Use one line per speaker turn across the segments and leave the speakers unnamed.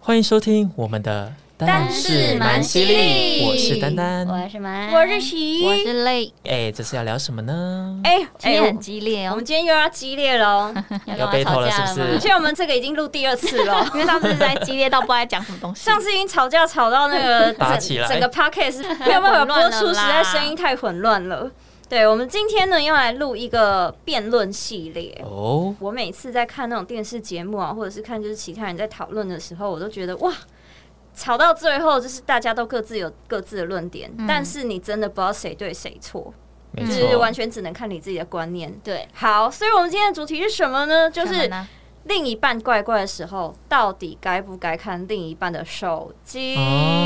欢迎收听我们的
但是蛮犀利
我是丹丹。
我是蛮，
我是徐，
我是累，
哎，这次要聊什么呢？
哎
今
哎
天很
我
激烈
我
哦
们，今天又要激烈喽！
要
跟我
battle
吵
了
架
是不
吗，
是
而且我们这个已经录第二次了哦
因为上次实在激烈到不知道在讲什么东 西。
上次已经吵架吵到那 个
打起来
整整个 podcast 没有办法播出，
混乱了
实
啦
在声音太混乱了。对，我们今天呢要来录一个辩论系列。
哦，
我每次在看那种电视节目啊，或者是看就是其他人在讨论的时候，我都觉得哇，吵到最后就是大家都各自有各自的论点，
嗯
但是你真的不知道谁对谁错，
没
就
错，
嗯是完全只能看你自己的观念。
对，
好，所以我们今天的主题是什么呢？就
干嘛
是
呢
另一半怪怪的时候，到底该不该看另一半的手机？
哦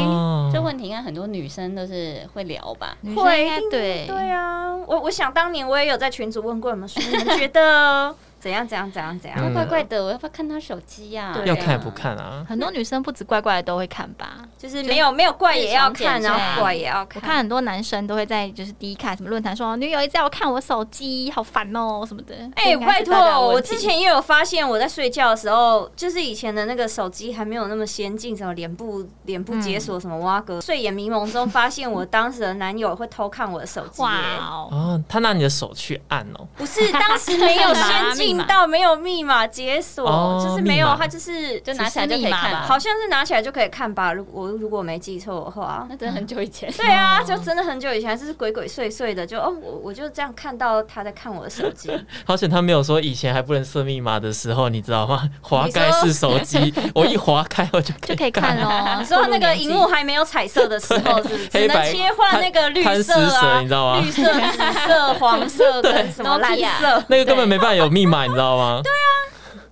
这问题应该很多女生都是会聊吧？
女生
会
应该对
对啊，我我想当年我也有在群组问过你们说，你们觉 得怎样怎样怎样怎样？
嗯
怪怪的，我要不要看她手机呀、
对
要看也不？看啊，
很多女生不止怪怪的都会看吧，
就是没有没有怪也要看，
日常
然
检查
后怪也要
我
看。
看很多男生都会在就是第一看什么论坛说哦女友一直要我看我手机，好烦哦什么的。
哎、
这应该
拜
是大家的
托！我
问题
之前也有发现，我在睡觉的时候，就是以前的那个手机还没有那么先进，什么脸部脸部
嗯
解锁，什么挖格，睡眼迷蒙中发现我当时的男友会偷看我的手机、
哇
欸。
哦，
哦，他拿你的手去按哦，
不是，当时没有先进到没有密码解锁，
哦
就是没有
密码，
它就是
就拿起来就可以看
密码吧
吧。
好像是拿起来就可以看吧。如我如果没记错的话，
那真哦的很久以前。
对啊，就真的很久以前，就是鬼鬼祟祟的，就哦，我我就这样看到他在看我的手 机，
好险他没有说以前还不能设密码的时候，你知道吗？滑盖
你说
式手机，我一滑开我就
就可以看
了。
喽。
啊
你说那个荧幕还没有彩色的时候，是不是只
黑
能
白
切换那个绿
贪
色
贪食蛇
啊，
你知道吗
绿色、紫色、黄色跟什么蓝色？
那个根本没办法有密码，你知道吗？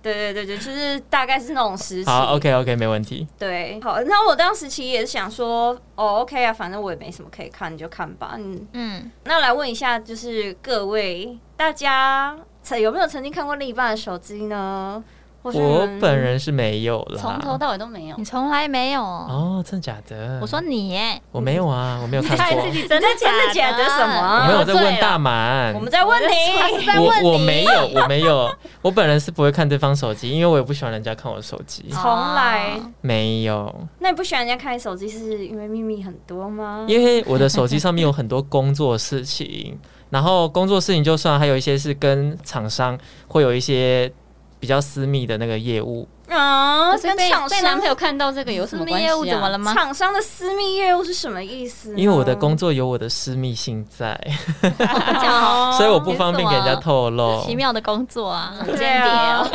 对对对对，就是大概是那种时期。
好，OK OK，没问题。
对，好，那我当时其实也是想说，哦，OK 啊，反正我也没什么可以看，你就看吧。嗯，
嗯，
那来问一下，就是各位大家曾有没有曾经看过另一半的手机呢？或是嗯你
我
们
本人是没有啦，
从头到尾都没有
你，从来没有。
哦，真的假的？
我说你耶，
我没有啊，我没有看
害
过，
自己啊
你在 真的假的什么
我没
啊？
有在问大满
我。们在问 你，
在问你
我我没有，我没有，我本人是不会看对方手机，因为我也不喜欢人家看我的手机。
从来
哦
没有，
那你不喜欢人家看你手机，是因为秘密很多吗？
因为我的手机上面有很多工作事情，然后工作事情就算，还有一些是跟厂商会有一些比较私密的那个业务，
嗯
可，是
跟
哦被
厂
被男
商
朋友看到这个有什么
私密
关系、啊？
业务怎么了吗？
厂商的私密业务是什么意思呢？
嗯
因为我的工作有我的私密性在，
哦
所以我不方便给人家透露。
啊奇妙的工作啊，
间
对
谍
啊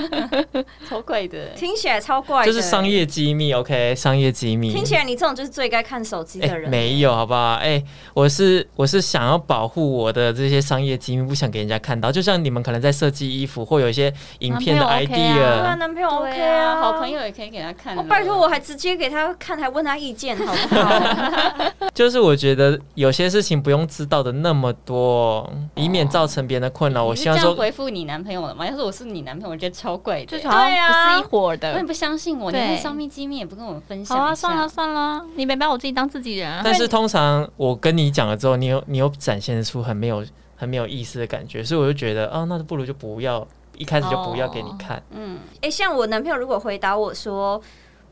哦， 超怪的。
听起来超怪的，
就是商业机密，OK，商业机密。
听起来你这种就是最该看手机
哎、
的人。
没有，好不好？哎、我是我是想要保护我的这些商业机密，不想给人家看到。就像你们可能在设计衣服，或有一些影片的
男朋友 OK 啊
idea，、
对啊，男朋友 OK
对哦
啊，
好朋。友也可以给她看
我
了。
拜托，我还直接给他看，还问他意见，好不 好？
就是我觉得有些事情不用知道的那么多，以免造成别人的困扰。啊我
你是
希望
这样
说，
回复你男朋友的吗？要是我是你男朋友，我觉得超怪
就
的
是。好像不是一伙
我也
的。
不相信我，你
对啊
那商密机密也不跟我分享
好
一下。
啊，算了算了，你没把我自己当自己人啊。
但是通常我跟你讲了之后，你有你有展现出很没有很没有意思的感觉，所以我就觉得，哦，那不如就不要一开始就不要给你看。
嗯，
哎，像我男朋友如果回答我说，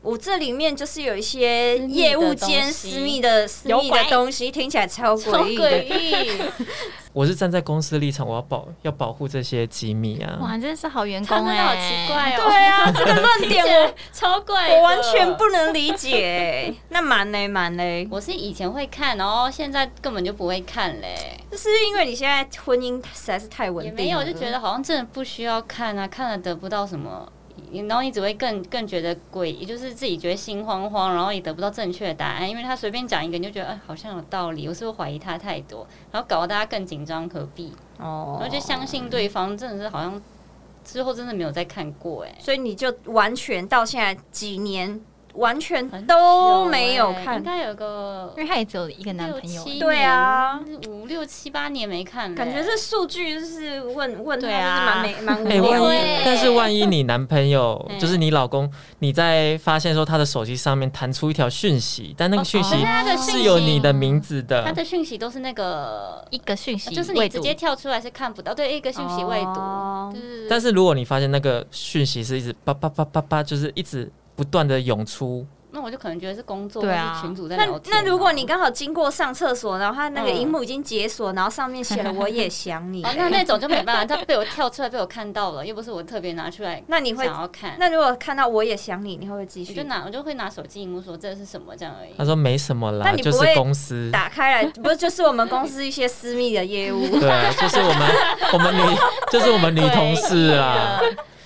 我这里面就是有一些
私密的
业务间
东西
私密的私密
有
的
鬼
东西，听起来超
超
诡异
诡
的。
异。
我是站在公司立场，我要保要保护这些机密啊。
哇，你真的是好员
他
工
真
哎、
的好奇怪哦，
对啊，这个论 点我
超怪的，
我完全不能理解。那瞒嘞瞒嘞，
我是以前会看，然后现在根本就不会看嘞，
就是因为你现在婚姻实在是太稳
也
定了，啊
没有就觉得好像真的不需要看啊，看了得不到什么，然后你只会更更觉得诡异，就是自己觉得心慌慌，然后也得不到正确的答案，因为他随便讲一个你就觉得，哎、好像有道理，我是不是怀疑他太多，然后搞得大家更紧张，何必？
哦
然后就相信对方，真的是好像之后真的没有再看过哎、
所以你就完全到现在几年完全
很
都
久
没有
欸
看
应。该有个
因为他也只有一个男
六
朋友
七，
对啊
年，五六七八年没看了欸，
感觉这数据就是问问他，
对
就是
啊
蛮没蛮无
哎、万
聊的。
一，但是万一你男朋友
哎
就是你老公，你在发现说他的手机上面弹出一条讯息，但那个讯
可是
哦
息
他的讯息
是有你的名字
啊
他
的，
的讯息都是那个，
一个讯息，
就是你直接跳出来是看不到，对，一个讯息未读，
哦
对对对
但是如果你发现那个讯息是一直叭叭叭叭叭，就是一直不断的涌出，
那我就可能觉得是工作
对
或
啊
是群主在
那
聊天啊。
那如果你刚好经过上厕所，然后他那个
嗯
荧幕已经解锁，然后上面写了我也想 你，
哦，那那种就没办法，他被我跳出来，被我看到了，又不是我特别拿出来
那你会
想要看，
那如果看到我也想你，你哦会不会继
我就
续？
拿我就会拿手机荧幕说这是什么这样而已
他。说没什么
那
啦，
你不
就是
会
公司，
打开来，不是就是我们公司一些私密的业 务？
对，啊就是我们我们女就是我们女同事啦，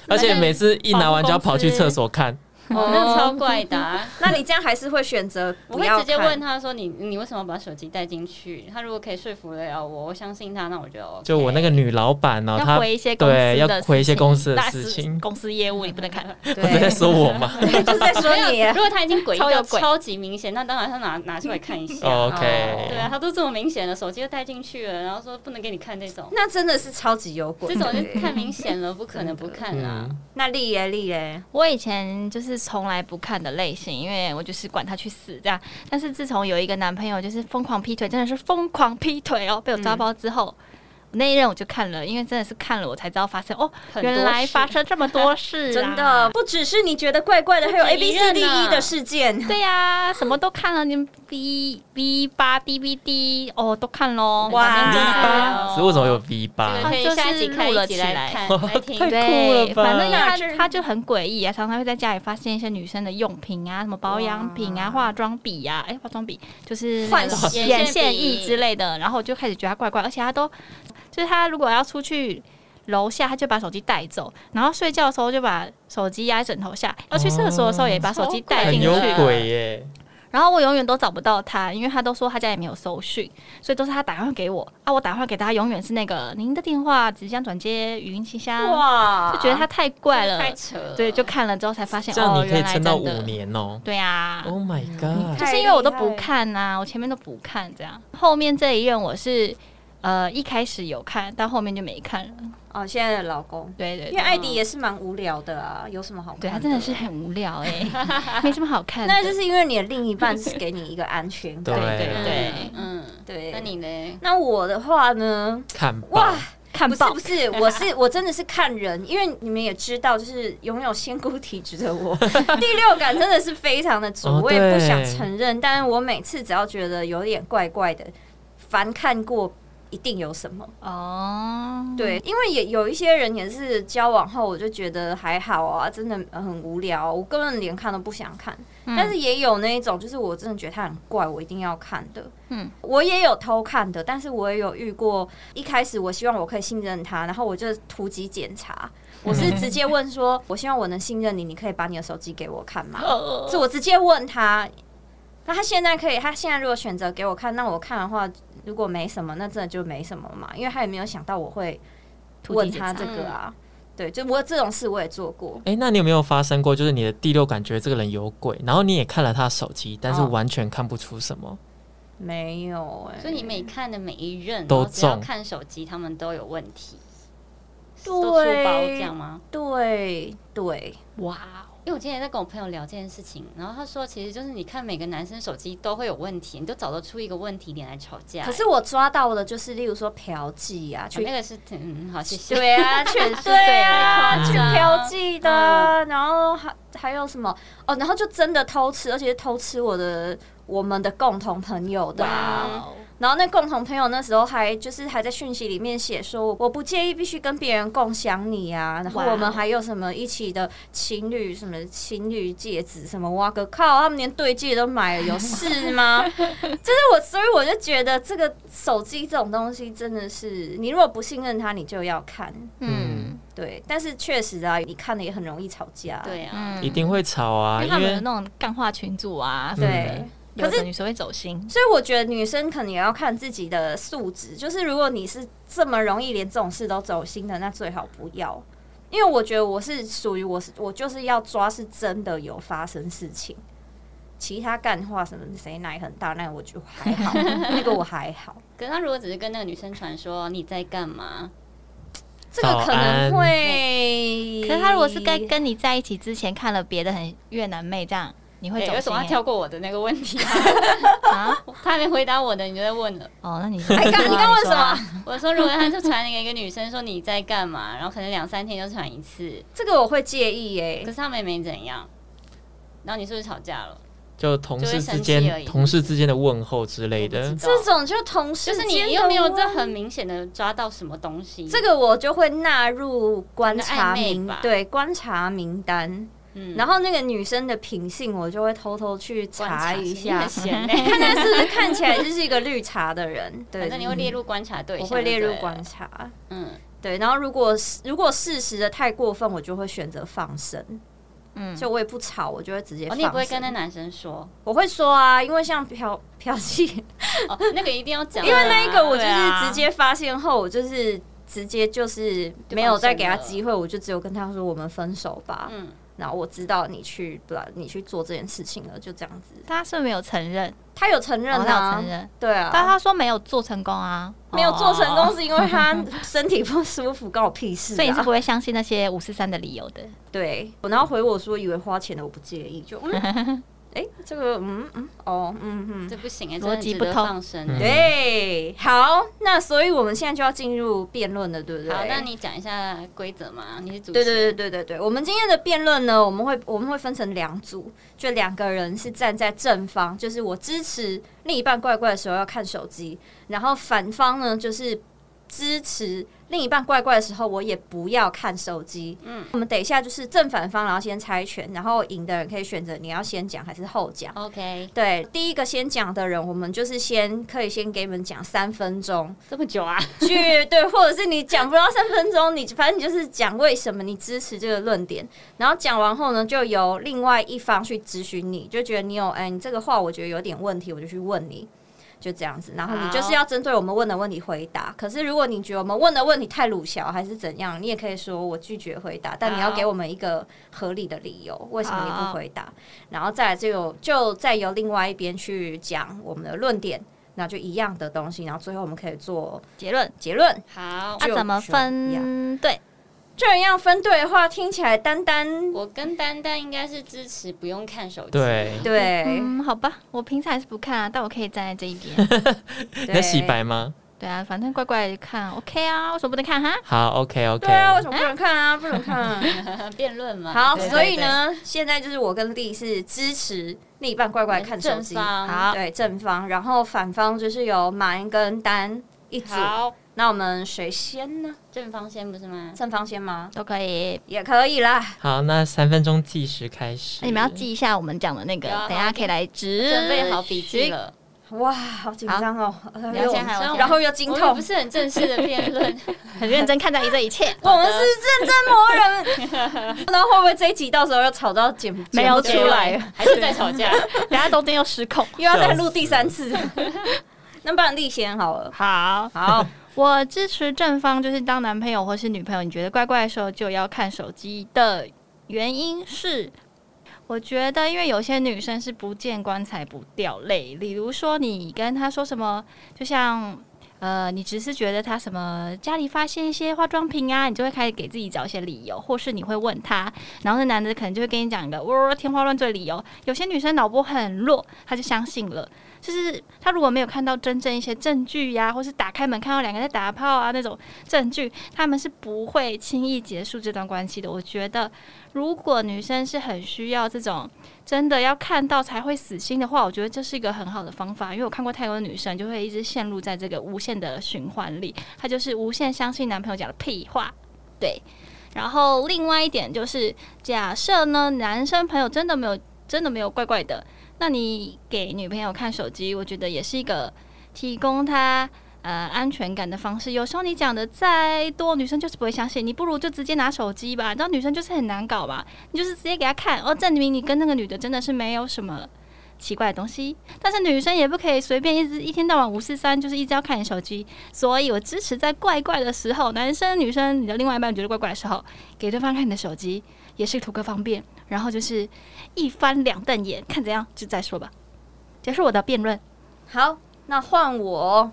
而且每次一拿完就要跑去厕所看，
哦，那超怪 的啊。
那你这样还是会选择
我
不
会
要
直接
看
问他说你你为什么把手机带进去？他如果可以说服得了我，我相信他，那我就 OK
就我那个女老板呢、
要
她
回一些公司
对要
的
回一些公司的
大
事情，
公司业务你不能看，
我是在
对，
说我 吗？
就是在说 你
如果他已经诡异
超有
到
鬼
超级明显，那当然他拿拿出来看一 下。
哦
OK，、
对啊，他都这么明显了，手机又带进去了，然后说不能给你看这 种，
那真的是超级有
这
鬼。
种就太明显了，不可能不看啦。
嗯，
那丽耶丽耶，
我以前就是从来不看的类型，因为我就是管他去死这样。但是自从有一个男朋友就是疯狂劈腿，真的是疯狂劈腿哦，被我抓包之后，我那一任我就看了，因为真的是看了我才知道发生哦，
很多
原来
事
发生这么多事、啊，
真的。不只是你觉得怪怪的，还有
不止
A
一
B C
任
D
啊
E 的事件。
对呀、什么都看了，你们 B B 八 B B D 哦都看喽，
哇
反正就
啊
是为什么有 V 八
这？
他
个可以
就是
下一集开
录了
一集
起来
来看来
太
听。哎
酷了
对，
吧
反正因为
那这
他他就很诡异啊，常常会在家里发现一些女生的用品啊，什么保养品啊、
哇
化妆笔啊，哎、化妆笔就是
换
洗
眼线液之类的，然后我就开始觉得他怪怪，而且他都就是他如果要出去。楼下他就把手机带走，然后睡觉的时候就把手机压在枕头下，要去厕所的时候也把手
哦
机带
很
进去，
有鬼耶、
然后我永远都找不到他，因为他都说他家也没有搜讯，所以都是他打电话给我啊，我打电话给他永远是那个您的电话纸箱转接语音信箱，
哇，
啊就觉得他太怪了，
太扯了。
对，就看了之后才发现
啊这样
哦，
你可以
原
撑
来真
到
的，
五年哦、
对啊。
Oh my
看
god！
就是因为我都不看呐、我前面都不看，这样后面这一任我是呃一开始有看，但后面就没看了。
哦，现在的老公，
对对
因为
对，
艾迪也是蛮无聊的啊，有什么好看？
对他真的是。很无聊 哎、没什么好看的。
那就是因为你的另一半是给你一个安全
对
感，
对
对
对，
嗯，
对。
那你呢？
那我的话呢？
看吧
哇，，
看
不是
爆
不是，我是我真的是看人，因为你们也知道，就是拥有仙姑体质 的我，第六感真的是非常的足，
哦
我也不
对
想承认，但是我每次只要觉得有点怪怪的，凡看过一定有什么。
哦，
嗯
对，因为也有一些人也是交往后，我就觉得还好啊，真的很无聊啊、我根本连看都不想看。
嗯
但是也有那一种，就是我真的觉得他很怪，我一定要看的。
嗯，
我也有偷看的，但是我也有遇过，一开始我希望我可以信任他，然后我就突击检查，
嗯
我是直接问说，我希望我能信任你，你可以把你的手机给我看 吗？
呃
是我直接问他，那他现在可以，他现在如果选择给我看，那我看的话，如果没什么，那真的就没什么嘛，因为他也没有想到我会问他这个
嗯
啊。对，就我这种事我也做过，
哎、那你有没有发生过，就是你的第六感觉得这个人有鬼，然后你也看了他的手机，但是
哦
完全看不出什么？
没有哎、
所以你每看的每一任
都
然后只要
中
看手机，他们都有问题，
对
都出包这样吗？
对对，
哇哦
因为我今天也在跟我朋友聊这件事情，然后他说，其实就是你看每个男生手机都会有问题，你都找得出一个问题点来吵架。
可是我抓到的就是，例如说嫖妓啊，
哦
去
那个是嗯，好谢谢。
对啊，去
真是
对啊，
对
去
夸张嗯
嫖妓的啊，然后还还有什么哦，然后就真的偷吃，而且是偷吃我的我们的共同朋友的啊、
哇
然后那共同朋友那时候还就是还在讯息里面写说，我不介意必须跟别人共享你啊。然后
哇
我们还有什么一起的情侣什么情侣戒指什么，哇个靠，他们连对戒都买了，有事吗？ 就是我，所以我就觉得这个手机这种东西真的是，你如果不信任它，你就要看。
嗯
对，但是确实啊，你看了也很容易吵架。
对啊，
嗯，
一定会吵啊，
因
因
为他们
为
有那种干话群组啊，
嗯
什么
对
的，有
可是
的女生会走心。
所以我觉得女生可能也要看自己的素质，就是如果你是这么容易连这种事都走心的，那最好不要。因为我觉得我是属于我是我就是要抓是真的有发生事情，其他干话什么谁奶很大，那我就还 好，那个我还好。
可是他如果只是跟那个女生传说你在干嘛，
这个可能会，
可是他如果是该跟你在一起之前看了别的很越南妹这样，你会
哎
走
为什
心
么
耶、
他跳过我的那个问题啊？
啊？
他还没回答我的，你就在问了。
哦， 那你
哎刚你刚问什么？
我说，如果他就传了一个女生说你在干嘛，然后可能两三天就传一次，
这个我会介意耶、
可是他们也没怎样，然后你是不是吵架了？
就同事之
就会生气而
间
已
同事之间的问候之类
我不
的
知，道
这种就同事
就是
间的
你又没有
问
这很明显的抓到什么东西，
啊这个我就会纳入观察
你
名
的暧昧吧
对观察名单，
嗯
然后那个女生的品性，我就会偷偷去
观
查一
你
下
很，闲 欸
看她是不是看起来就是一个绿茶的 人。 对，
反正你会列入观察对
我
象，
会列入
对
观，察。
嗯，
对，然后如果是如果事实的太过分，我就会选择放生，
嗯，
就我也不吵，我就会直接
哦，
放
你也
生。
不会跟那男生说，
我会说啊，因为像嫖嫖妓，
哦，那个一定要讲啊，
因为那一个我就
对
是
啊
直接发现后，我就是直接就是没有再给他机会，我就只有跟他说我们分手吧。
嗯，
然后我知道你去不啦，你去做这件事情了，就这样子。
他是不是没有承认，
他有承认
哦他有
啊
承，认，
对
但
啊，
他说没有做成功啊，
没有做成功
哦
是因为他 身体不舒服，关我屁事、啊。
所以你是不会相信那些五四三的理由的。
对，我然后回我说以为花钱的我不介意，就嗯， 哎、这个嗯嗯哦嗯嗯，
这不行哎，
逻辑不通
真的值得放生的。
嗯
对，好，那所以我们现在就要进入辩论了，对不对？
好，那你讲一下规则嘛？你是主持
对
人，
对对对对对，我们今天的辩论呢，我们会我们会分成两组，就两个人是站在正方，就是我支持另一半怪怪的时候要看手机，然后反方呢就是支持另一半怪怪的时候我也不要看手机。嗯
嗯，
我们等一下就是正反方，然后先猜拳，然后赢的人可以选择你要先讲还是后讲。
OK，
对，第一个先讲的人，我们就是先可以先给你们讲三分钟，
这么久啊？
去对，或者是你讲不到三分钟，你反正你就是讲为什么你支持这个论点，然后讲完后呢，就由另外一方去咨询你，就觉得你有哎、你这个话我觉得有点问题，我就去问你。就这样子，然后你
好
就是要针对我们问的问题回答。可是如果你觉得我们问的问题太鲁小还是怎样，你也可以说我拒绝回答，但你要
好
给我们一个合理的理由，为什么你
好
不回答？然后再来就有就再由另外一边去讲我们的论点，那就一样的东西，然后最后我们可以做
结论，
结论。
好，
啊，
就
怎么分？对，
这样分对的话，听起来单单
我跟丹丹应该是支持不用看手机。
对
对
嗯，好吧，我平常还是不看啊，但我可以站在这一边。
你
对
在洗白吗？
对啊，反正乖乖地看，OK 啊，为什么不能看哈？
好，OK OK，
对啊，为什么不能看啊？不能看。
辩论嘛。
好，
对
所以，呢，现在就是我跟丽是支持另一半乖乖
对
看手
正
机，
方
好
对正方，然后反方就是有马恩跟丹一组。
好，
那我们谁先呢？
正方先不是吗？
正方先吗？
都可以。
也可以啦。
好，那三分钟计时开始。
那哎你们要记一下我们讲的那个
有啊，
等一下可以来指
准备好笔记
了。
了，
哇，好紧张哦！哎
了
呦
解还有
然后又经
我们
痛
不，是很正式的 辩论，
很认真看待这一切。
我们是认真磨人。然后会不会这一集到时候又吵到剪
没有
剪不出来了？
还是在 吵架？
然后中间又失控。
又要再录第三次。 那不然立先好了。
好，
好，
我支持正方，就是当男朋友或是女朋友，你觉得怪怪的时候就要看手机的原因是。我觉得，因为有些女生是不见棺材不掉泪，比如说你跟她说什么，就像呃，你只是觉得她什么家里发现一些化妆品啊，你就会开始给自己找一些理由，或是你会问她，然后那男的可能就会跟你讲一个哇、哦天花乱坠的理由。有些女生脑波很弱，她就相信了，就是他如果没有看到真正一些证据呀、或是打开门看到两个人在打炮啊那种证据，他们是不会轻易结束这段关系的。我觉得，如果女生是很需要这种真的要看到才会死心的话，我觉得这是一个很好的方法。因为我看过太多的女生就会一直陷入在这个无限的循环里，她就是无限相信男朋友讲的屁话，对。然后另外一点就是，假设呢，男生朋友真的没有真的没有怪怪的，那你给女朋友看手机，我觉得也是一个提供她呃安全感的方式。有时候你讲的再多，女生就是不会相信，你不如就直接拿手机吧。你知道女生就是很难搞吧？你就是直接给她看，哦，证明你跟那个女的真的是没有什么。奇怪的东西，但是女生也不可以随便一直一天到晚五四三，就是一直要看你手机。所以我支持在怪怪的时候，男生女生你的另外一半觉得怪怪的时候，给对方看你的手机，也是图个方便。然后就是一翻两瞪眼，看怎样就再说吧。结束我的辩论。
好，那换我。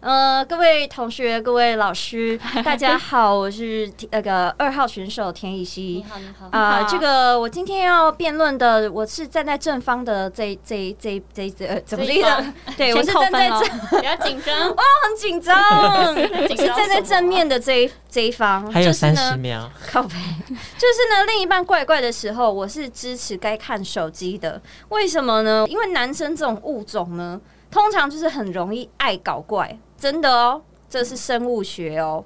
呃，各位同学、各位老 师，大家好，我是那个二号选手田以
你
希。
好，你好，
啊、
嗯你好
这个我今天要辩论的，我是站在正方的这这这这这、呃、怎么
这一
这
方
个？对，我是
先扣
站在
分
正
哦，
不要紧张，
很紧张，
紧张
我哦是站
什
在
么
正面的这一这一方。
还有
就是
三
呢
十秒，
靠背，就是呢，另一半怪怪的时候，我是支持该看手机的。为什么呢？因为男生这种物种呢，通常就是很容易爱搞怪，真的哦，这是生物学哦。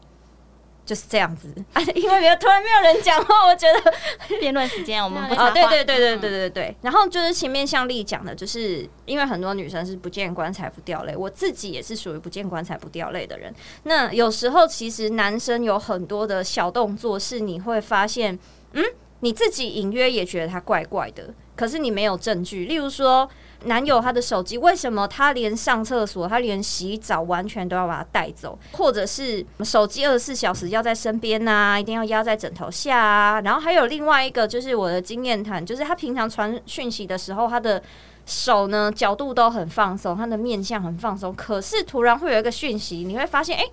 就是这样子 啊，因为没有突然没有人讲话，我觉得
辩论时间我们不
插
啊，
插
话
对
话。嗯
对对对对对对。然后就是前面像丽讲的，就是因为很多女生是不见棺材不掉泪，我自己也是属于不见棺材不掉泪的人。那有时候其实男生有很多的小动作，是你会发现，嗯，你自己隐约也觉得他怪怪的，可是你没有证据。例如说，男友他的手机，为什么他连上厕所、他连洗澡完全都要把它带走，或者是手机二十四小时要在身边呐、一定要压在枕头下啊。然后还有另外一个就是我的经验谈，就是他平常传讯息的时候，他的手呢角度都很放松，他的面相很放松，可是突然会有一个讯息，你会发现，哎、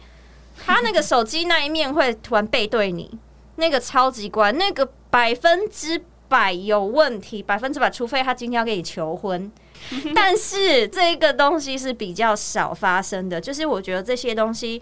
他那个手机那一面会突然背对你，那个超级乖，那个百分之百有问题，百分之百，除非他今天要跟你求婚。但是这个东西是比较少发生的，就是我觉得这些东西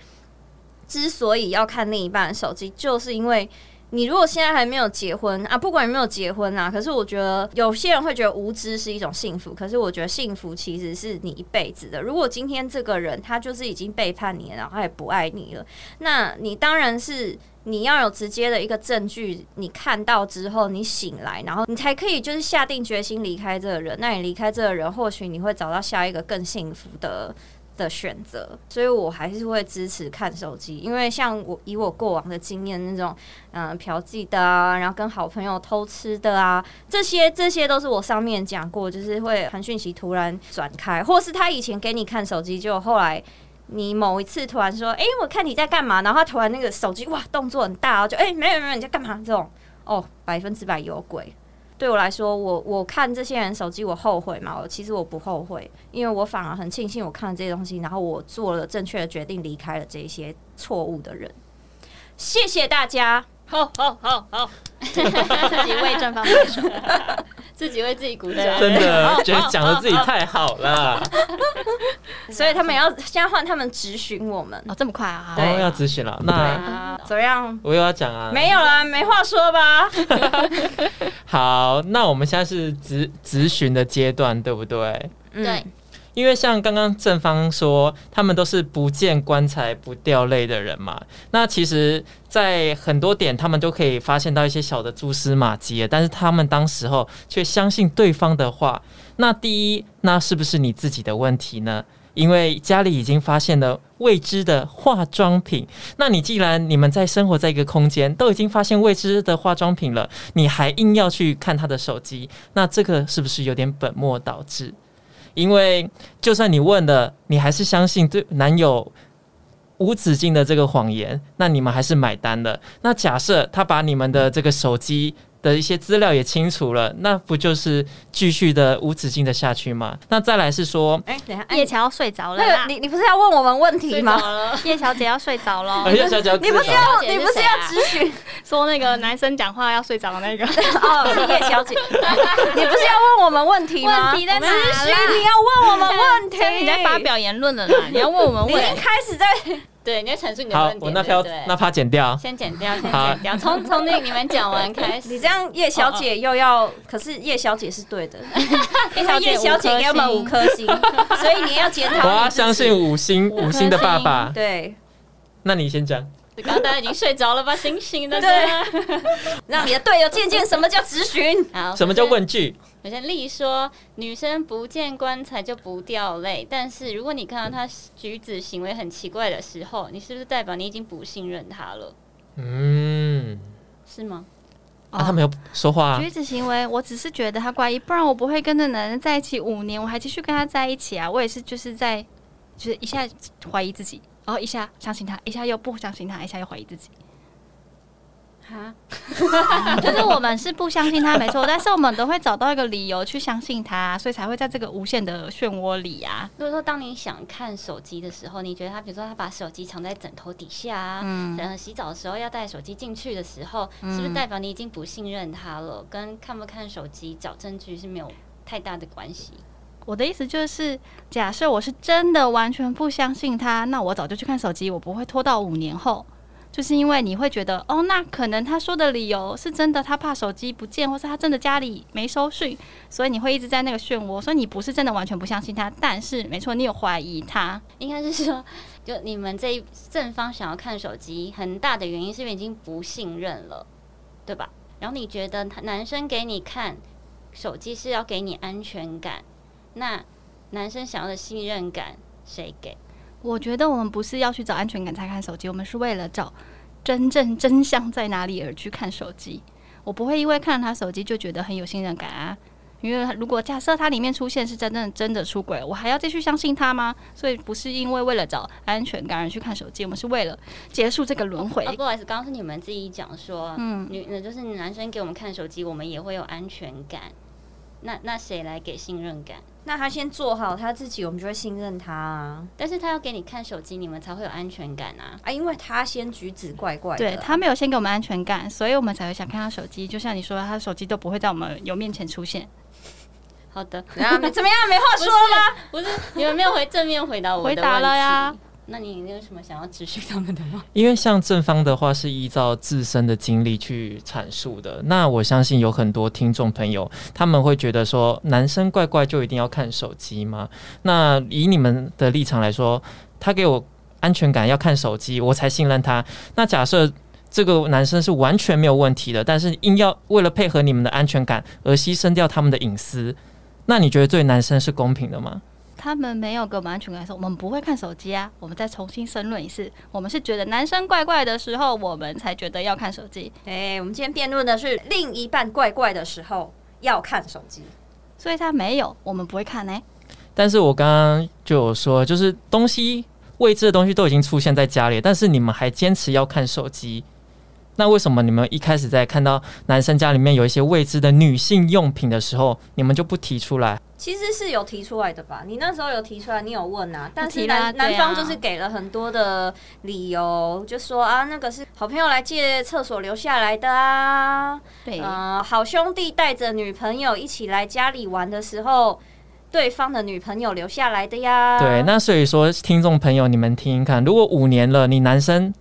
之所以要看另一半的手机，就是因为。你如果现在还没有结婚啊，不管有没有结婚啊，可是我觉得有些人会觉得无知是一种幸福，可是我觉得幸福其实是你一辈子的。如果今天这个人他就是已经背叛你了，然后他也不爱你了，那你当然是你要有直接的一个证据，你看到之后你醒来，然后你才可以就是下定决心离开这个人。那你离开这个人，或许你会找到下一个更幸福的。的选择，所以我还是会支持看手机，因为像我以我过往的经验，那种嗯、呃嫖妓的啊，然后跟好朋友偷吃的啊，这些这些都是我上面讲过，就是会传讯息突然转开，或是他以前给你看手机，就后来你某一次突然说：“哎、我看你在干嘛？”然后他突然那个手机哇，动作很大哦，就哎、没有没有，你在干嘛？这种哦，百分之百有鬼。对我来说，我我看这些人手机，我后悔吗？我其实我不后悔，因为我反而很庆幸我看了这些东西，然后我做了正确的决定，离开了这些错误的人。谢谢大家，
好好好好，
自己为 正方辩手。
自己为自己鼓掌，
真的觉得讲的自己太好了，
所以他们也要现在换他们质询我们，
哦，这么快啊？
然
对
后要咨询了。
对
那
啊，
怎么样？
我又要讲啊，
没有啦，没话说吧？
好，那我们现在是咨咨询的阶段，对不对？
嗯
对，
因为像刚刚正方说，他们都是不见棺材不掉泪的人嘛。那其实，在很多点，他们都可以发现到一些小的蛛丝马迹了，但是他们当时候却相信对方的话。那第一，那是不是你自己的问题呢？因为家里已经发现了未知的化妆品，那你既然你们在生活在一个空间，都已经发现未知的化妆品了，你还硬要去看他的手机，那这个是不是有点本末倒置？因为就算你问了，你还是相信对男友无止境的这个谎言，那你们还是买单了。那假设他把你们的这个手机的一些资料也清除了，那不就是继续的无止境的下去吗？ 那再来是说，
哎、等一下，哎、
叶乔要睡着了
那
啦
个，你你不是要问我们问题
睡着
吗？
了，
叶小姐要睡着了
哎，呀，小姐，
你不是
知道
要
小姐是
哦你不是
谁
要
啊
咨询？
说那个男生讲话要睡着的那个。
哦，是叶小姐， 你不是要问我们问题吗？
问题在哪啦
咨询你要问我们问 题，
你在发，表言论了啦，你要问我们
你已经
问。
开始在
对，你要阐述你的
好
论，点，
我那
对
票
不对
那趴剪掉。
先剪掉，先
好
剪掉，从从那个你们讲完开始，
你这样，叶小姐又要，可是叶小姐是 对的，叶
小
哦
姐
叶小姐给我们五
五
颗
颗
星， 所以你要检
我
讨。
要相信五星
五颗
五星的爸爸。
对，
那你先讲。
刚刚大家已经睡着了吧？醒醒的，
对 让你的队友见见什么叫咨询。
好，
什么叫？问句？
首先，丽说，女生不见棺材就不掉泪，但是如果你看到她举止行为很奇怪的时候，你是不是代表你已经不信任她了？
嗯，
是吗？
啊，他没有说话啊、
哦举止行为，我只是觉得他怪异，不然我不会跟这男人在一起五年，我还继续跟他在一起啊。我也是，就是在，就是一下哦怀疑自己，然后一下相信他，一下又不相信他，一下又怀疑自己。
哈，
就是我们是不相信他没错，但 是我们都会找到一个理由去相信他，所以才会在这个无限的漩涡里啊。
如果说当你想看手机的时候，你觉得他，比如说他把手机藏在枕头底下啊，
嗯
然后洗澡的时候要带手机进去的时候，是不是代表你已经不信任他了？跟看不看手机找证据是没有太大的关系。
我的意思就是，假设我是真的完全不相信他，那我早就去看手机，我不会拖到五年后。就是因为你会觉得，哦，那可能他说的理由是真的，他怕手机不见，或是他真的家里没收讯，所以你会一直在那个漩涡。所以你不是真的完全不相信他，但是没错，你有怀疑他。
应该是说，就你们这一正方想要看手机，很大的原因是因为已经不信任了，对吧？然后你觉得他男生给你看手机是要给你安全感，那男生想要的信任感谁给？
我觉得我们不是要去找安全感才看手机，我们是为了找真正真相在哪里而去看手机。我不会因为看了他手机就觉得很有信任感啊，因为如果假设它里面出现是真正真的出轨，我还要继续相信他吗？所以不是因为为了找安全感而去看手机，我们是为了结束这个轮回
啊，。不好意思，刚刚是你们自己讲说，嗯，女，那就是男生给我们看手机，我们也会有安全感。那那谁来给信任感？
那他先做好他自己，我们就会信任他啊
但是他要给你看手机，你们才会有安全感啊。
啊，因为他先举止怪怪的，
对他没有先给我们安全感，所以我们才会想看他手机。就像你说，他手机都不会在我们有面前出现。
好的，
怎啊样没怎么样，没话说了吧？
不是你们没有回正面回答我的
回答了呀
问题。那你你有什么想要咨询他们的 吗？
因为像正方的话是依照自身的经历去阐述的，那我相信有很多听众朋友他们会觉得说，男生怪怪就一定要看手机吗？那以你们的立场来说，他给我安全感要看手机，我才信任他。那假设这个男生是完全没有问题的，但是硬要为了配合你们的安全感而牺牲掉他们的隐私，那你觉得对男生是公平的吗？
他们没有给我们安全感的时候，我们不会看手机啊。我们再重新申论一次，我们是觉得男生怪怪的时候，我们才觉得要看手机。
哎，我们今天辩论的是另一半怪怪的时候要看手机，
所以他没有，我们不会看呢、
但是我刚刚就有说，就是东西未知的东西都已经出现在家里，但是你们还坚持要看手机，那为什么你们一开始在看到男生家里面有一些未知的女性用品的时候，你们就不提出来？
其实是有提出来的吧？你那时候有提出来，你有问啊，但是
提了啊
男、男
对啊
方就是给了很多的理由，就说啊，那个是好朋友来借厕所留下来的啊，
对，
嗯、好兄弟带着女朋友一起来家里玩的时候，对方的女朋友留下来的呀。
对，那所以说，听众朋友，你们听一看，如果五年了，你男生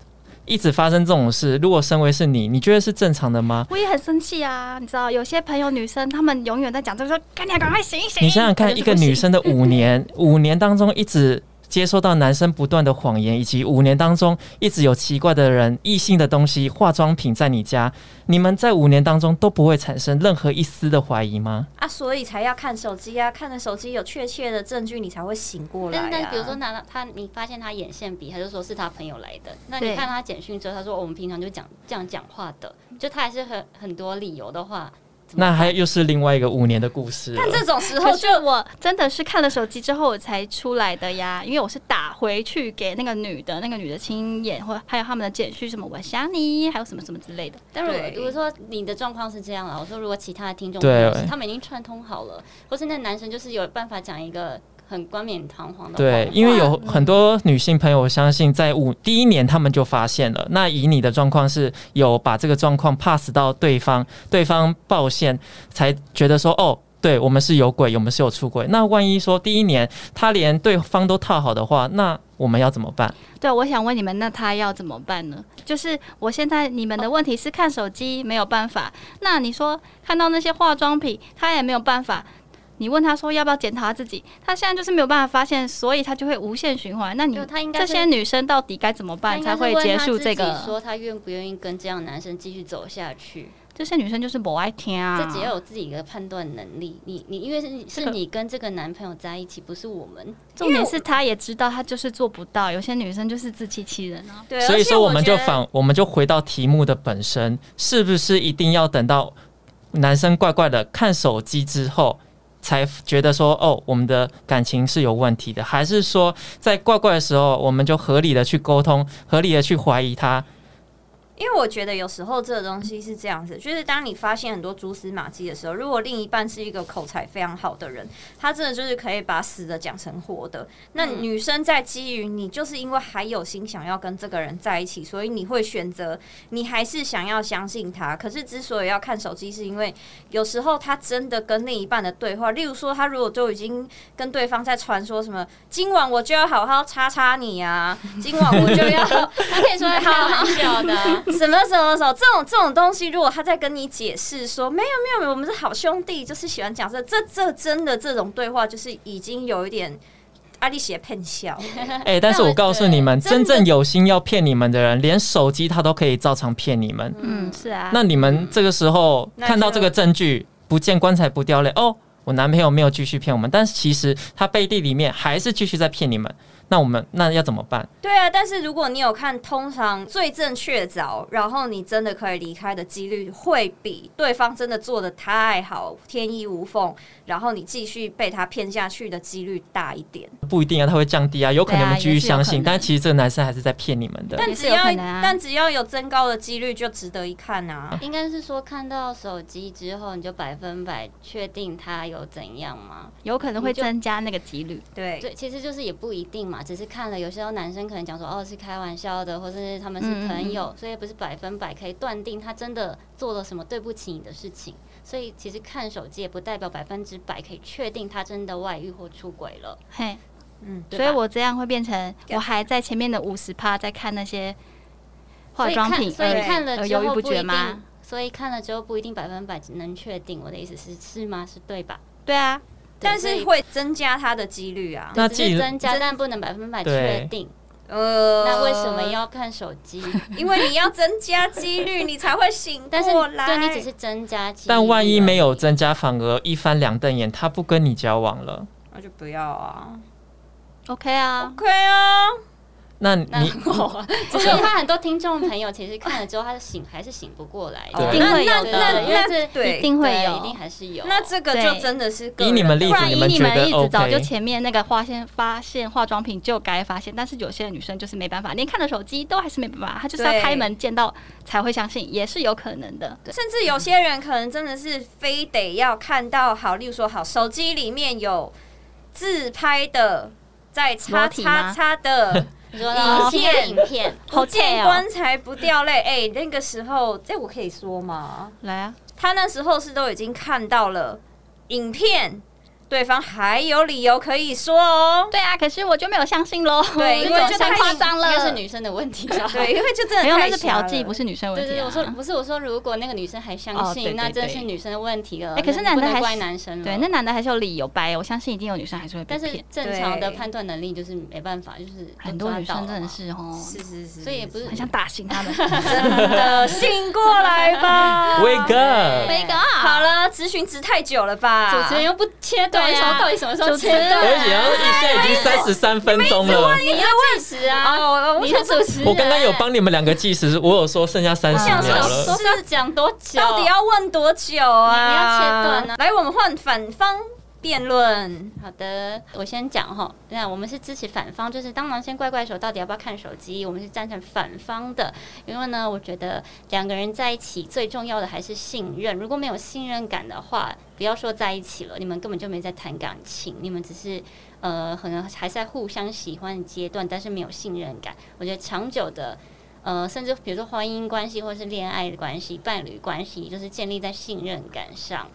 一直发生这种事，如果身为是你，你觉得是正常的吗？
我也很生气啊。你知道，有些朋友女生，她们永远在讲这个说，赶紧赶快醒一醒。
你想想看，
但
一
是
个
不行
女，生的五年， 五年当中一直接收到男生不断的谎言，以及五年当中一直有奇怪的人、异性的东西、化妆品在你家，你们在五年当中都不会产生任何一丝的怀疑吗？
啊，所以才要看手机啊，看了手机有确切的证据，你才会醒过来、啊。
但但比如说拿到他，你发现他眼线笔，他就说是他朋友来的。那
对
你看他简讯之后，他说、哦我们平常就讲这样讲话的，
嗯
就他还是很很多理由的话，怎么
那还又是另外一个五年的故事了。
但这种时
然
候
后
就
就我真的是看了手机之后我才出来的呀，因为我是打回去给那个女的，那个女的亲眼或还有他们的简讯什么我想你，还有什么什么之类的。
但如果
对
如果说你的状况是这样了，我说如果其他的听众
对
朋友他们已经串通好了，或是那男生就是有办法讲一个很冠冕堂皇的话，
对，因为有很多女性朋友，我相信在五第一年他们就发现了。那以你的状况是有把这个状况 pass 到对方，对方报现才觉得说哦。对我们是有鬼，我们是有出轨。那万一说第一年他连对方都套好的话，那我们要怎么办？
对，我想问你们，那他要怎么办呢？就是我现在你们的问题是看手机没有办法，那你说看到那些化妆品，他也没有办法。你问他说要不要检讨他自己，他现在就是没有办法发现，所以他就会无限循环。那你
就他应该
这
是
些女生到底该怎么
他
办
应
才
该是
会
问
结
他
束
自
这
己
个？
说他愿不愿意跟这样的男生继续走下去？
这些女生就是不爱听啊，
自己要有自己的判断能力。你你因为是
这
是
个
你跟这个男朋友在一起，不是我 们。
重点是她也知道她就是做不到，有些女生就是自欺欺人
嗯
啊。
对，
所
而
以
且
说我们
觉
就
得
反，我们就回到题目的本身，是不是一定要等到男生怪怪的看手机之后，才觉得说哦，我们的感情是有问题的？还是 说在怪怪的时候，我们就合理的去沟通，合理的去怀疑他？
因为我觉得有时候这个东西是这样子，就是当你发现很多蛛丝马迹的时候，如果另一半是一个口才非常好的人，他真的就是可以把死的讲成活的。那
嗯
女生在基于你就是因为还有心想要跟这个人在一起，所以你会选择你还是想要相信他。可是之所以要看手机，是因为有时候他真的跟另一半的对话，例如说他如果就已经跟对方在传说什么今晚我就要好好叉叉你啊，今晚我就要， 他可以说好
开
好
玩笑的啊，
什么什么什么这种这种东西，如果他在跟你解释说没有没有没有，我们是好兄弟，就是喜欢讲这这这真的这种对话，就是已经有一点阿丽写骗 笑，
哎、但是我告诉你们，
真
真
的
正有心要骗你们的人，连手机他都可以照常骗你们。
嗯，是啊，
那你们这个时候
那
看到
就
这个证据，不见棺材不掉泪哦，我男朋友没有继续骗我们，但是其实他背地里面还是继续在骗你们。那我们那要怎么办？
对啊。但是如果你有看，通常罪证确凿，然后你真的可以离开的几率会比对方真的做的太好，天衣无缝，然后你继续被他骗下去的几率大一点。
不一定啊，他会降低啊，有可能
对
我
啊
们继续
也是有
相
可
信，
能
但其实这个男生还是在骗你们的。
但
也是
只
有
要、
可能啊
但只要有增高的几率，就值得一看啊。
应该是说看到手机之后，你就百分百确定他有怎样吗？
有可能会增加那个几率。
对，
对，其实就是也不一定嘛，只是看了有些时候男生可能讲说哦是开玩笑的，或是他
嗯
们是朋友，所以不是百分百可以断定他真的做了什么对不起你的事情。所以其实看手机也不代表百分之百可以确定他真的外遇或出轨了。
嘿，
嗯，
对
所
吧
以我这样会变成
对
我还在前面的五十趴在看那些
所
化
以
妆
看
品，嗯
所以
而
看了
而
之
犹豫
后
不
不一
决
定
吗？，
所以看了之后不一定百分百能确定。我的意思是是吗？是对吧？
对啊，
对
但
所
是
以
会增加他的几率啊。
那
只
既
是增加，
增
但不能百分百
对
确定。
呃，
那为什么？要看手 机？
因为你要增加几率，你才会醒
但是
过来。
对你只是增加几率而已，
但万一没有增加，反而一翻两瞪眼，他不跟你交往了，
那就不要啊。
OK 啊，
OK 啊，
那你
那 我就是他很多听众朋友其实看了之后，他醒还是醒不过来
对
的，
一
定会有
那
的
那
啊因为
那
这
对，
一定会
对
有
一定还是有。
那这个就真的是个
以
人
你们例
不
子
然
你
以
们
你
觉得
们一直早
OK
就前面那个发现发现化妆品就该发现，但是有些女生就是没办法，连看了手机都还是没办法，她就是要
对
开门见到才会相信，也是有可能的。
甚至有些人可能真的是非得要看到好，例如说好，手机里面有自拍的，在叉
裸体
叉
吗
叉 的
你说呢？
影
新的
片
影片，
不
好
见
贱哦
棺材不掉泪。哎、那个时候，这我可以说吗？
来啊，
他那时候是都已经看到了影片，对方还有理由可以说哦。
对啊，可是我就没有相信喽。
对因为
这种
就
太
太
夸张
应该是
了。
女生的 问题吧？
对，因为就真的
没有，那
太
是
瞎
嫖妓，
了
不是女生
对
问
对
题
对，
啊。
我说不是，我说如果那个女生还相
哦对
信，
对
那真的
对
是女生的问题了。
哎可是
那
男的
不能
还
怪
是
男生了。
对，那男的还是有理由掰，我相信一定有女生还是会被
但
骗。
是正常的
对
判断能力就是没办法，就是都
很多
抓
女
到
生
了
真的
嘛
是哦，
是是是，
所以也不是
很想打醒他 们。
真的醒过来吧
wake up，
对
Wake up
好了，咨询值太久了吧？
主持人又不切断，
对啊
什么到底什么时候
主持
切
人
我
断？
已经现在已经三十三分钟了。
你要计时啊！
哦，我我
你
想
是
说，
主持人，啊
我刚刚有帮你们两个计时，我有说剩下三十
想
秒
说
了。
都是讲多久？
到底要问多久啊？
你不要切断啊
来，我们换反方辩论。
好的，我先讲哈。那我们是支持反方，就是当男生怪怪的时候，到底要不要看手机？我们是赞成反方的，因为呢，我觉得两个呃人在一起最重要的还是信任。如果没有信任感的话，不要说在一起了，你们根本就没在谈感情，你们只是呃，可能还在互相喜欢的阶段，但是没有信任感。我觉得长久的。呃，甚至比如说婚姻关系，或是恋爱的关系、伴侣关系，就是建立在信任感上。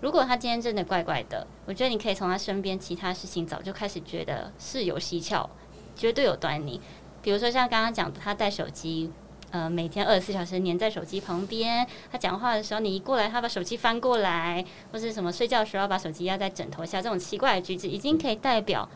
如果他今天真的怪怪的，我觉得你可以从他身边其他事情早就开始觉得是有蹊跷，绝对有端倪。比如说像刚刚讲的，他带手机，呃，每天二十四小时黏在手机旁边。他讲话的时候，你一过来，他把手机翻过来，或是什么睡觉的时候把手机压在枕头下，这种奇怪的举止已经可以代表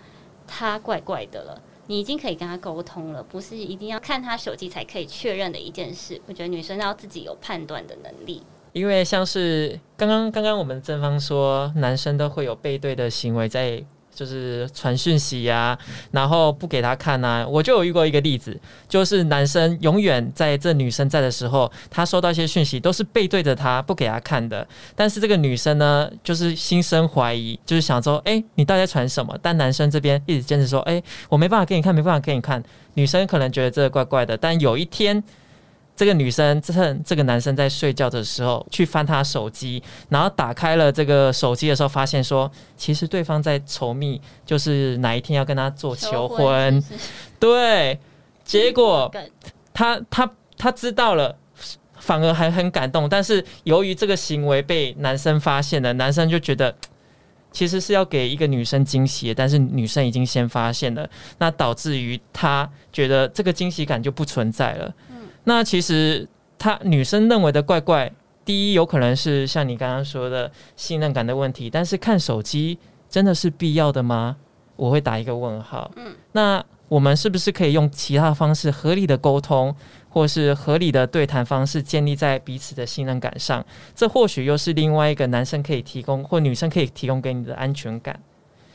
他怪怪的了。你已经可以跟他沟通了，不是一定要看他手机才可以确认的一件事。我觉得女生要自己有判断的能力。
因为像是刚刚刚刚我们正方说，男生都会有背对的行为在。就是传讯息呀、然后不给他看呐、我就有遇过一个例子，就是男生永远在这女生在的时候，他收到一些讯息都是背对着他不给他看的。但是这个女生呢，就是心生怀疑，就是想说，哎、你到底在传什么？但男生这边一直坚持说，哎、我没办法给你看，没办法给你看。女生可能觉得这个怪怪的，但有一天这个女生趁这个男生在睡觉的时候去翻他手机，然后打开了这个手机的时候，发现说其实对方在稠密，就是哪一天要跟他做求婚。
是不是
对，结果
梗
他他他知道了。反而还很感动，但是由于这个行为被男生发现了，男生就觉得嘖其实是要给一个女生惊喜的，但是女生已经先发现了，那导致于他觉得这个惊喜感就不存在了。那其实他女生认为的怪怪，第一有可能是像你刚刚说的信任感的问题，但是看手机真的是必要的吗？我会打一个问号。嗯，那我们是不是可以用其他方式合理的沟通，或是合理的对谈方式，建立在彼此的信任感上？这或许又是另外一个男生可以提供或女生可以提供给你的安全感。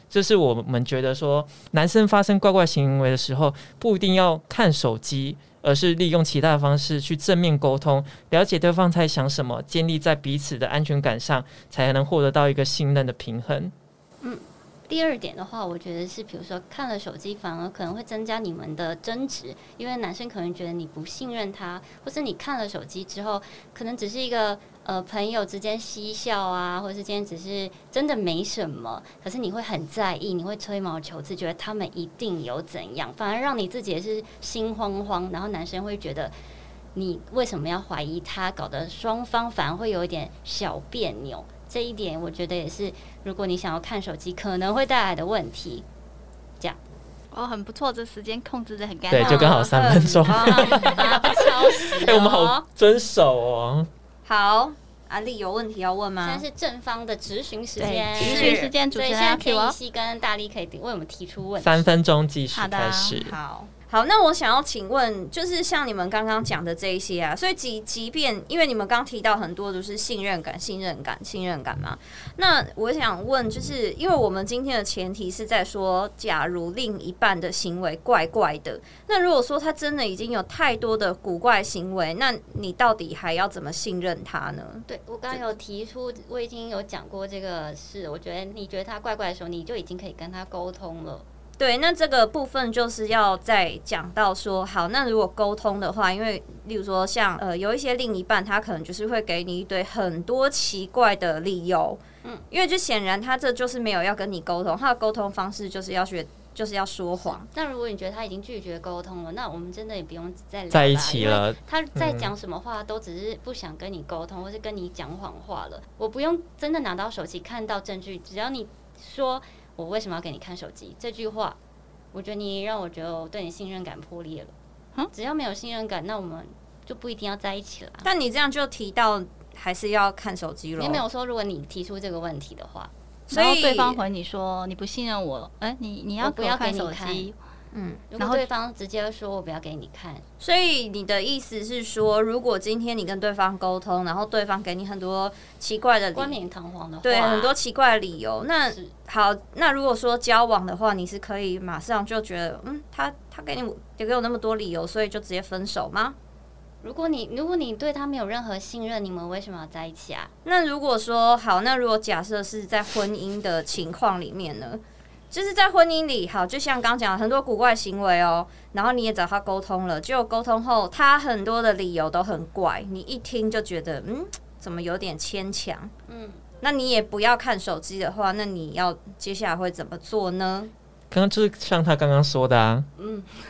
这是我们觉得说，男生发生怪怪行为的时候，不一定要看手机，而是利用其他的方式去正面沟通，了解对方在想什么，建立在彼此的安全感上，才能获得到一个信任的平衡。
第二点的话，我觉得是，比如说看了手机，反而可能会增加你们的争执，因为男生可能觉得你不信任他，或是你看了手机之后，可能只是一个呃朋友之间嬉笑啊，或是今天只是真的没什么，可是你会很在意，你会吹毛求疵，觉得他们一定有怎样，反而让你自己也是心慌慌，然后男生会觉得。你为什么要怀疑他？搞得双方反而会有一点小别扭，这一点我觉得也是如果你想要看手机，可能会带来的问 题。
哦，很不错，这时间控制的很干
对，
哦
就
净。
刚好三分钟。 哎、
啊，不超时、哦。
我们好遵守哦。
好，安利有问题要问吗
现在？是正方的质询时间，
对，
是
咨询时间主
所
持
以
人
现
阿 Q
在天一
哦，
西跟大力可以为我们提出问题。
三分钟计时
好的
开始。
好好，那我想要请问，就是像你们刚刚讲的这一些啊，所以即即便因为你们刚提到很多就是信任感、信任感、信任感嘛，那我想问，就是因为我们今天的前提是在说，假如另一半的行为怪怪的，那如果说他真的已经有太多的古怪行为，那你到底还要怎么信任他呢？
对我刚刚有提出，我已经有讲过这个事。我觉得你觉得他怪怪的时候，你就已经可以跟他沟通了。
对，哎那这个部分就是要再讲到说，好，那如果沟通的话，因为例如说像呃有一些另一半，他可能就是会给你一堆很多奇怪的理由，嗯，因为就显然他这就是没有要跟你沟通，他的沟通方式就是要学，就是要说谎，
那如果你觉得他已经拒绝沟通了，那我们真的也不用再聊啦
在一起。
因为
了，
他在讲什么话，都只是不想跟你沟通，或是跟你讲谎话了。我不用真的拿到手机看到证据，只要你说我为什么要给你看手机这句话，我觉得你让我觉得我对你信任感破裂了。只要没有信任感，那我们就不一定要在一起了。
但你这样就提到还是要看手机了
你，没有说，如果你提出这个问题的话，
所以
然后对方回你说你不信任我，哎、你你要
我不要
看
给你
手
看
机，
嗯。
如
然
果
后
对方直接说我不要给你看，
所以你的意思是说，如果今天你跟对方沟通，然后对方给你很多奇怪的理由
冠冕堂皇的话，
对，很多奇怪的理由。那
是
好，那如果说交往的话，你是可以马上就觉得，嗯，他他给你也给我那么多理由，所以就直接分手吗？
如果你如果你对他没有任何信任，你们为什么要在一起啊？
那如果说好，那如果假设是在婚姻的情况里面呢？就是在婚姻里，好，就像刚讲的很多古怪行为哦，然后你也找他沟通了，结果沟通后，他很多的理由都很怪，你一听就觉得，嗯，怎么有点牵强？
嗯，
那你也不要看手机的话，那你要接下来会怎么做呢？
刚刚就是像他刚刚说的啊，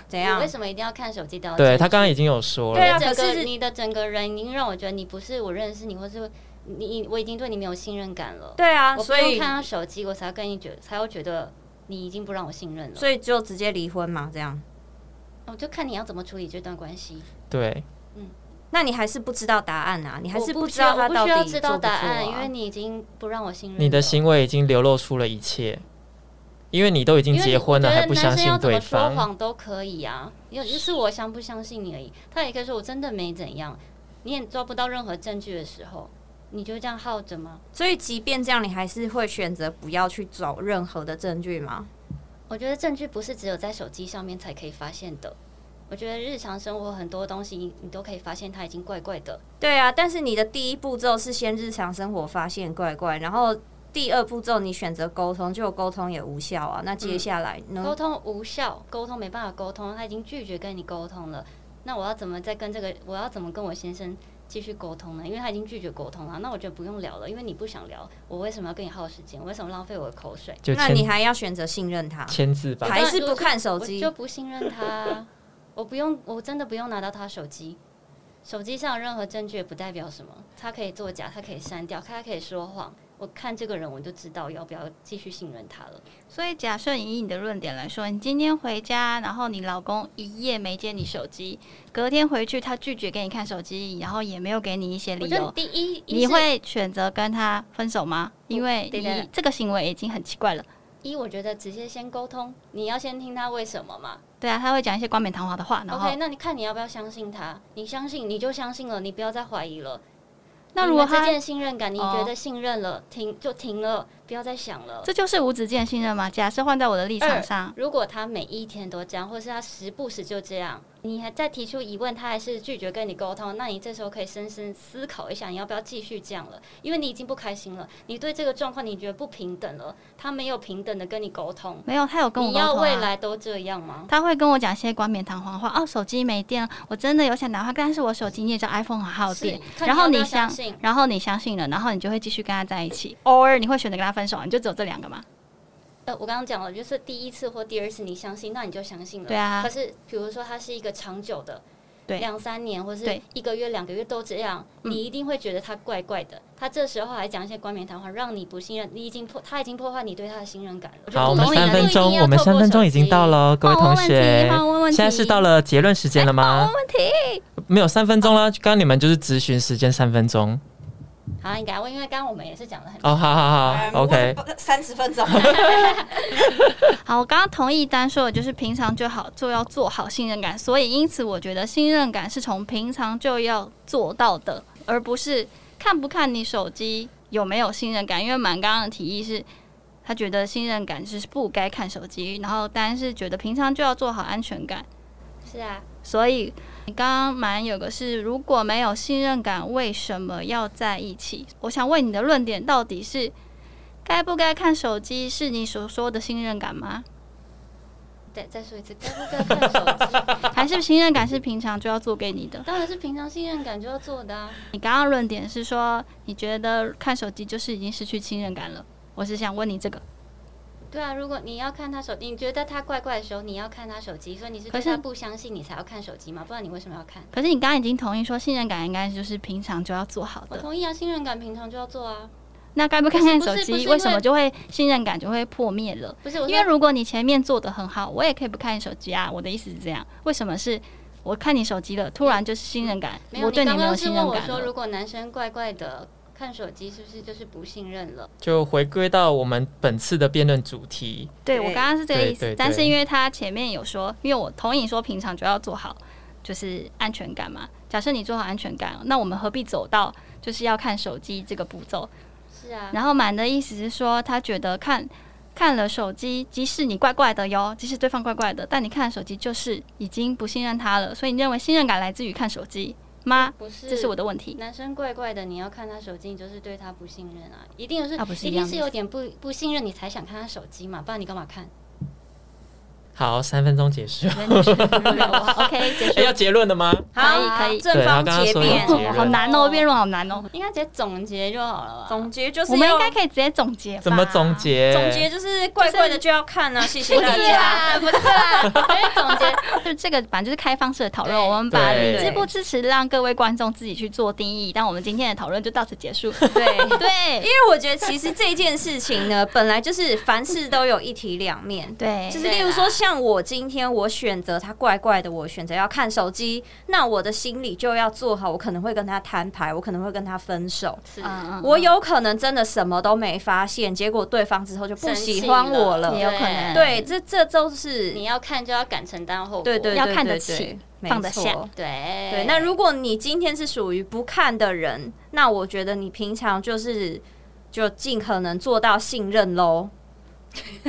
怎
你
样
为？什么一定要看手机的？
对他刚刚已经有说
对
了，
啊
整
可
个
是
你的整个人已经让我觉得你不是我认识你，或是你我已经对你没有信任感了。
对啊，
我不
所
用
以
看到手机，我才跟你觉才会觉得你已经不让我信任了。
所以就直接离婚嘛，这样。
我就看你要怎么处理这段关系。
对，
那你还是不知道答案啊，你还是
我不
知道
需要
他
我不
到
需要
底
知
做
道
不做
答
啊
案，因为你已经不让我信任了。
你的行为已经流露出了一切，因为你都已经
因为
结婚了，
我觉
还
得
不
男
相
生
信
要怎
对
么说
方。
谎都可以啊，因为就是我相不相信你而已。他也可以说我真的没怎样，你也抓不到任何证据的时候，你就这样耗着吗？
所以即便这样，你还是会选择不要去找任何的证据吗？
我觉得证据不是只有在手机上面才可以发现的。我觉得日常生活很多东西，你你都可以发现它已经怪怪的。
对啊，但是你的第一步骤是先日常生活发现怪怪，然后第二步骤你选择沟通，结果沟通也无效
嗯
啊。那接下来呢？
沟通无效，沟通没办法沟通，他已经拒绝跟你沟通了。那我要怎么再跟这个，我要怎么跟我先生继续沟通呢？因为他已经拒绝沟通了，那我觉得不用聊了，因为你不想聊，我为什么要跟你耗时间？我为什么浪费我的口水？
就
那你
签
还要选择信任他，
签字吧。
还是不看手机
我就不信 任他，啊我不用，我真的不用拿到他手机。手机上任何证据也不代表什么，他可以作假，他可以删掉，他可以说谎。我看这个人，我就知道要不要继续信任他了。
所以，假设你以你的论点来说，你今天回家，然后你老公一夜没接你手机，隔天回去他拒绝给你看手机，然后也没有给你一些
我
理
觉得
由，
第一，一
你
是
会选择跟他分手吗？因为
对对
你
对
这个行为已经很奇怪了。
一，我觉得直接先沟通，你要先听他为什么嘛。
对啊，他会讲一些冠冕堂皇的话，啊然后
OK，那你看你要不要相信他？你相信你就相信了，你不要再怀疑了。
那如果
你们
他
之间的信任感，你
哦
觉得信任了，停就停了，不要再想了。
这就是无止境的信任嘛？假设换在我的立场上，
如果他每一天都这样，或是他时不时就这样，你还再提出疑问，他还是拒绝跟你沟通，那你这时候可以深深思考一下，你要不要继续这样了？因为你已经不开心了，你对这个状况你觉得不平等了，他没有平等的跟你沟通，
没有他有跟我
你
沟通、啊、
要未来都这样吗？
他会跟我讲一些冠冕堂皇话，哦，手机没电了，我真的有想拿话，但是我手机你也知道 iPhone 很耗电
是，看
然后
你
你
要不要
相
相信，
然后你相信了，然后你就会继续跟他在一起，偶尔你会选择跟他分手，啊你就只有这两个嘛？
呃，我刚刚讲了，就是第一次或第二次你相信，那你就相信了。
对啊
可是比如说它是一个长久的，
对
两三年或是
对
一个月、两个月都这样，
嗯
你一定会觉得他怪怪的。他这时候还讲一些冠冕堂皇，让你不信任，你已经破，他已经破坏你对他的信任感了。
好，我们
不
三
啊一
分
定
钟，
要
我们
透过
三分钟
手
已经
机
到。了，各位
好
同
问问
学
题，好问问题
现在是到了结论时间了 吗？
问题，
没有三分钟了，刚刚你们就是咨询时间三分钟。
好，你改问，因为刚刚我们也是讲的很。
哦，好好好，OK，
三十分钟，
好，我刚刚同意丹说的就是平常就好，就要做好信任感，所以因此我觉得信任感是从平常就要做到的，而不是看不看你手机有没有信任感。因为满刚刚的提议是，他觉得信任感就是不该看手机，然后丹是觉得平常就要做好安全感，
是啊，
所以你刚刚蛮有个是，如果没有信任感，为什么要在一起？我想问你的论点到底是该不该看手机，是你所说的信任感吗？
再再说一次，该不该看手机？
还是信任感是平常就要做给你的？
当然是平常信任感就要做的啊。
你刚刚论点是说，你觉得看手机就是已经失去信任感了。我是想问你这个，
对啊，如果你要看他手，你觉得他怪怪的时候，你要看他手机，所以你是
可
对
是
他不相信，你才要看手机嘛？不然你为什么要看？
可是你刚刚已经同意说信任感应该就是平常就要做好
我
的，
同意啊，信任感平常就要做啊。
那该不该看手
不是不是
机？
因为
为什么就会信任感就会破灭了？
不是，我
因为如果你前面做的很好，我也可以不看你手机啊。我的意思是这样，为什么是我看你手机了，突然就是信任感，
没
我
有，
对
你刚
没有
刚是
信
问
任
我
感
说，
了
如果男生怪怪的看手机，是不是就是不信任了？
就回归到我们本次的辩论主题。
对
对
我刚刚是这个意
对
思
对，
但是
对
因为他前面有说，因为我同意你说平常就要做好，就是安全感嘛。假设你做好安全感，那我们何必走到就是要看手机这个步骤？
是啊，
然后满的意思是说，他觉得看看了手机，即使你怪怪的哟，即使对方怪怪的，但你看了手机就是已经不信任他了，所以你认为信任感来自于看手机吗？
不是，
这是我的问题。
男生怪怪的，你要看他手机，你就是对他不信任啊，一定是、
啊不是
一
一样
定
的
是有点不不信任，你才想看他手机嘛，不然你干嘛看？
好，三分钟结束。
OK，结
哎，要
束。
结论了吗？
好，
可以可以
正方
对他刚刚
结
说有
辩
结，论
好难哦，辩论好难哦。
应该直接总结就好了吧？
总结就是
我们应该
要
可以直接总结吧。
怎么总结？
总结就是怪怪的就要看 啊，谢谢
不
大
是
家。
啦，不是啦，
因为总结
就是这个反正就是开放式的讨论，
对
我们把
对
你支不支持让各位观众自己去做定义。但我们今天的讨论就到此结 束。
对，因
对
为我觉得其实这件事情呢，本来就是凡事都有一体两面。
对
就是例如说，像我今天我选择他怪怪的，我选择要看手机，那我的心里就要做好，我可能会跟他摊牌，我可能会跟他分手。
是
嗯
我有可能真的什么都没发现，结果对方之后就不喜欢我
生
也
气
有
了。
可能
对，这这都是
你要看就要敢承担后果。
对对对
要看得
对对
起
没
放得
错
下
对哎
对，那如果你今天是属于不看的人，那我觉得你平常就是就尽可能做到信任喽。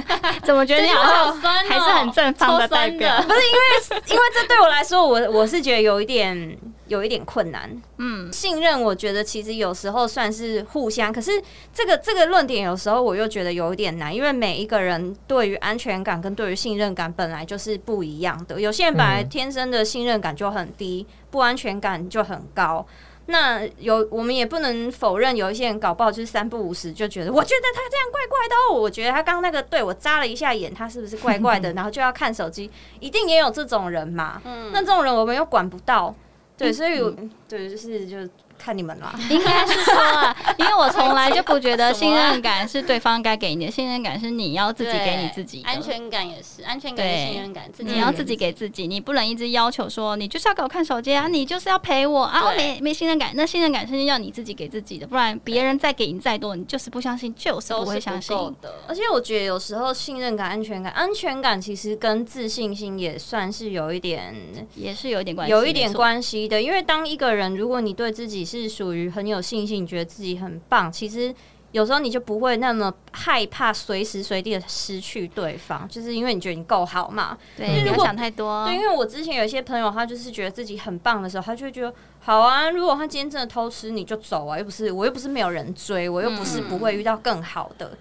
怎么觉得你好像
好酸哦
还是很正方的代表
超酸的
不是因为，因为这对我来说，我我是觉得有一点有一点困难。
嗯，
信任，我觉得其实有时候算是互相，可是这个这个论点有时候我又觉得有一点难，因为每一个人对于安全感跟对于信任感本来就是不一样的。有些人本来
嗯
天生的信任感就很低，不安全感就很高。那有我们也不能否认，有一些人搞不好就是三不五时就觉得，我觉得他这样怪怪的哦、我觉得他刚刚那个对我眨了一下眼，他是不是怪怪的？然后就要看手机，一定也有这种人嘛。
嗯
那这种人我们又管不到，对，所以我
嗯
对，就是就看你们啦。
应该是说啊，因为我从来就不觉得信
啊
任感是对方该给你的，信任感是你要自己给你自己的
安。全感也是，安全感
对嗯
跟信任感，自己
你要自己给自己，你不能一直要求说你就是要给我看手机啊，你就是要陪我啊，我
对
没没信任感，那信任感是要你自己给自己的，不然别人再给你再多，你就是不相信，就是
都
不
是
会相
不
信。
够的。
而且我觉得有时候信任感、安全感，安全感其实跟自信心也算是有一点
也是有一点关系，
有一点
没错。
关系的。因为当一个人，如果你对自己是属于很有信心，你觉得自己很棒，其实有时候你就不会那么害怕随时随地的失去对方，就是因为你觉得你够好嘛。
对，
如
不要
果
想太多。
对，因为我之前有一些朋友，他就是觉得自己很棒的时候，他就会觉得好啊，如果他今天真的偷吃，你就走啊，又不是我又不是没有人追，我又不是不
嗯
会遇到更好的。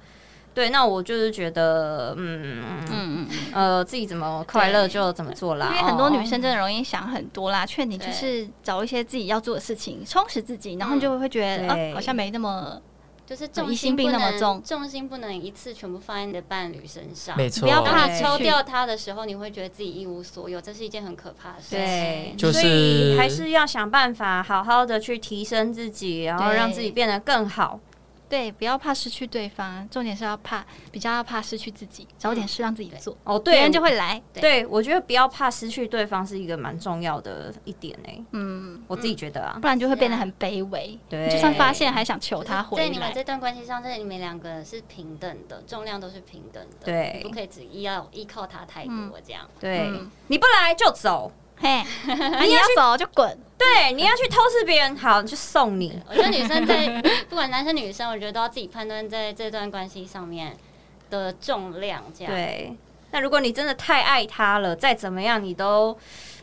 对，那我就是觉得，嗯
嗯嗯嗯。
呃，自己怎么快乐就怎么做啦。
因为很多
哦
女生真的容易想很多啦，劝你就是找一些自己要做的事情，充实自己，然后你就会觉得、
对
啊，好像没那么
就是
哦疑
重
心
心
病
不
那么
能
重
重心不能一次全部放在你的伴侣身上。
没错
不，要
当
怕
你
对
抽掉他的时候，你会觉得自己一无所有，这是一件很可怕的事
对
情。，
就是
所以还是要想办法好好的去提升自己，然后
对
让自己变得更好。
对，不要怕失去对方，重点是要怕，比较要怕失去自己，找点事让自己做，
哦，对，
别人就会来。
对我觉得不要怕失去对方是一个蛮重要的一点呢、
嗯，
我自己觉得啊，
不然就会变得很卑微。
对
你就算发现还想求他
在
回
你们
来。
这段关系上，这你们两个人是平等的，重量都是平等的，
对
你不可以只依要依靠他太多这样。
对，
嗯
你不来就走，
嘿，啊你要走就滚。
对，你要去偷吃别人，好就送你。
我觉得女生在 不管男生女生，我觉得都要自己判断在这段关系上面的重量这样。
对，那如果你真的太爱他了，再怎么样你都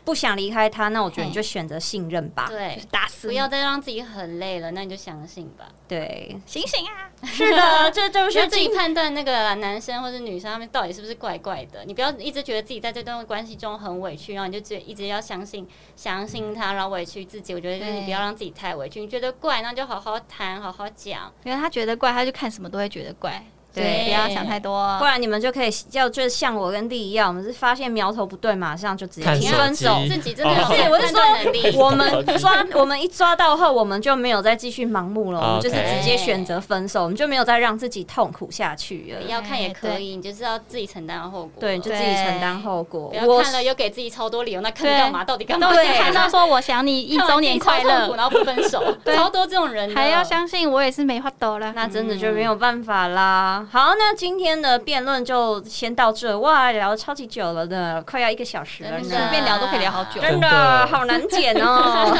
不想离开他，那我觉得你就选择信任吧。
对
就是打死
不
你
要再让自己很累了，那你就相信吧。
对，
醒醒啊！
是的， 这就
要
是
自己判断那个男生或者女生他们到底是不是怪怪的。你不要一直觉得自己在这段关系中很委屈，然后你就觉得一直要相信相信他，然后委屈自己。我觉得就是你
对
不要让自己太委屈，你觉得怪，那就好好谈，好好讲。
因为他觉得怪，他就看什么都会觉得怪，所以
对
不要想太多
不。然你们就可以要就是像我跟丽一样，我们是发现苗头不对，马上就直接
看
提
手
分
机
手。
自己真的
哦
不是，
有
我是
判断能力。
说，我们抓我们一抓到后，我们就没有再继续盲目了，我们
OK
就是直接选择分手，我们就没有再让自己痛苦下去了。
要看也可以，你就是要自己承担后果。
对，你就自己承担后果
不。要
我
看了又给自己超多理由，那看干嘛？到底干嘛？
都已经
对
看到说我想你一周年快
看完自己超痛苦
乐，
然后不 分手，超多这种人的
还要相信我也是没话抖了。
那真的就没
嗯
有办法啦。好，那今天的辩论就先到这。哇，聊得超级久了的，快要一个小时了
真
嗯随
的
呢。
便聊都可以聊好久。
真
真
的
的
好难剪 哦。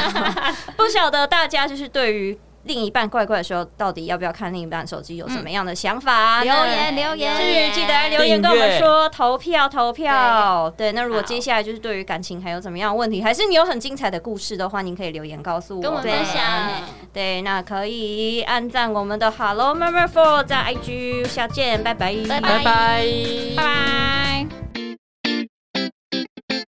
不晓得大家就是对于另一半怪怪的时候，到底要不要看另一半手机，有什么样的想法？
留
那
言留言
是记得来留言跟我们说投票投票。对，那如果
好
接下来就是对于感情还有怎么样的问题，还是你有很精彩的故事的话，您可以留言告诉我，
跟我们
对
分享。
对，那可以按赞我们的 Hello Murmur Four 在 IG，下见，拜拜，
拜
拜拜。
拜拜。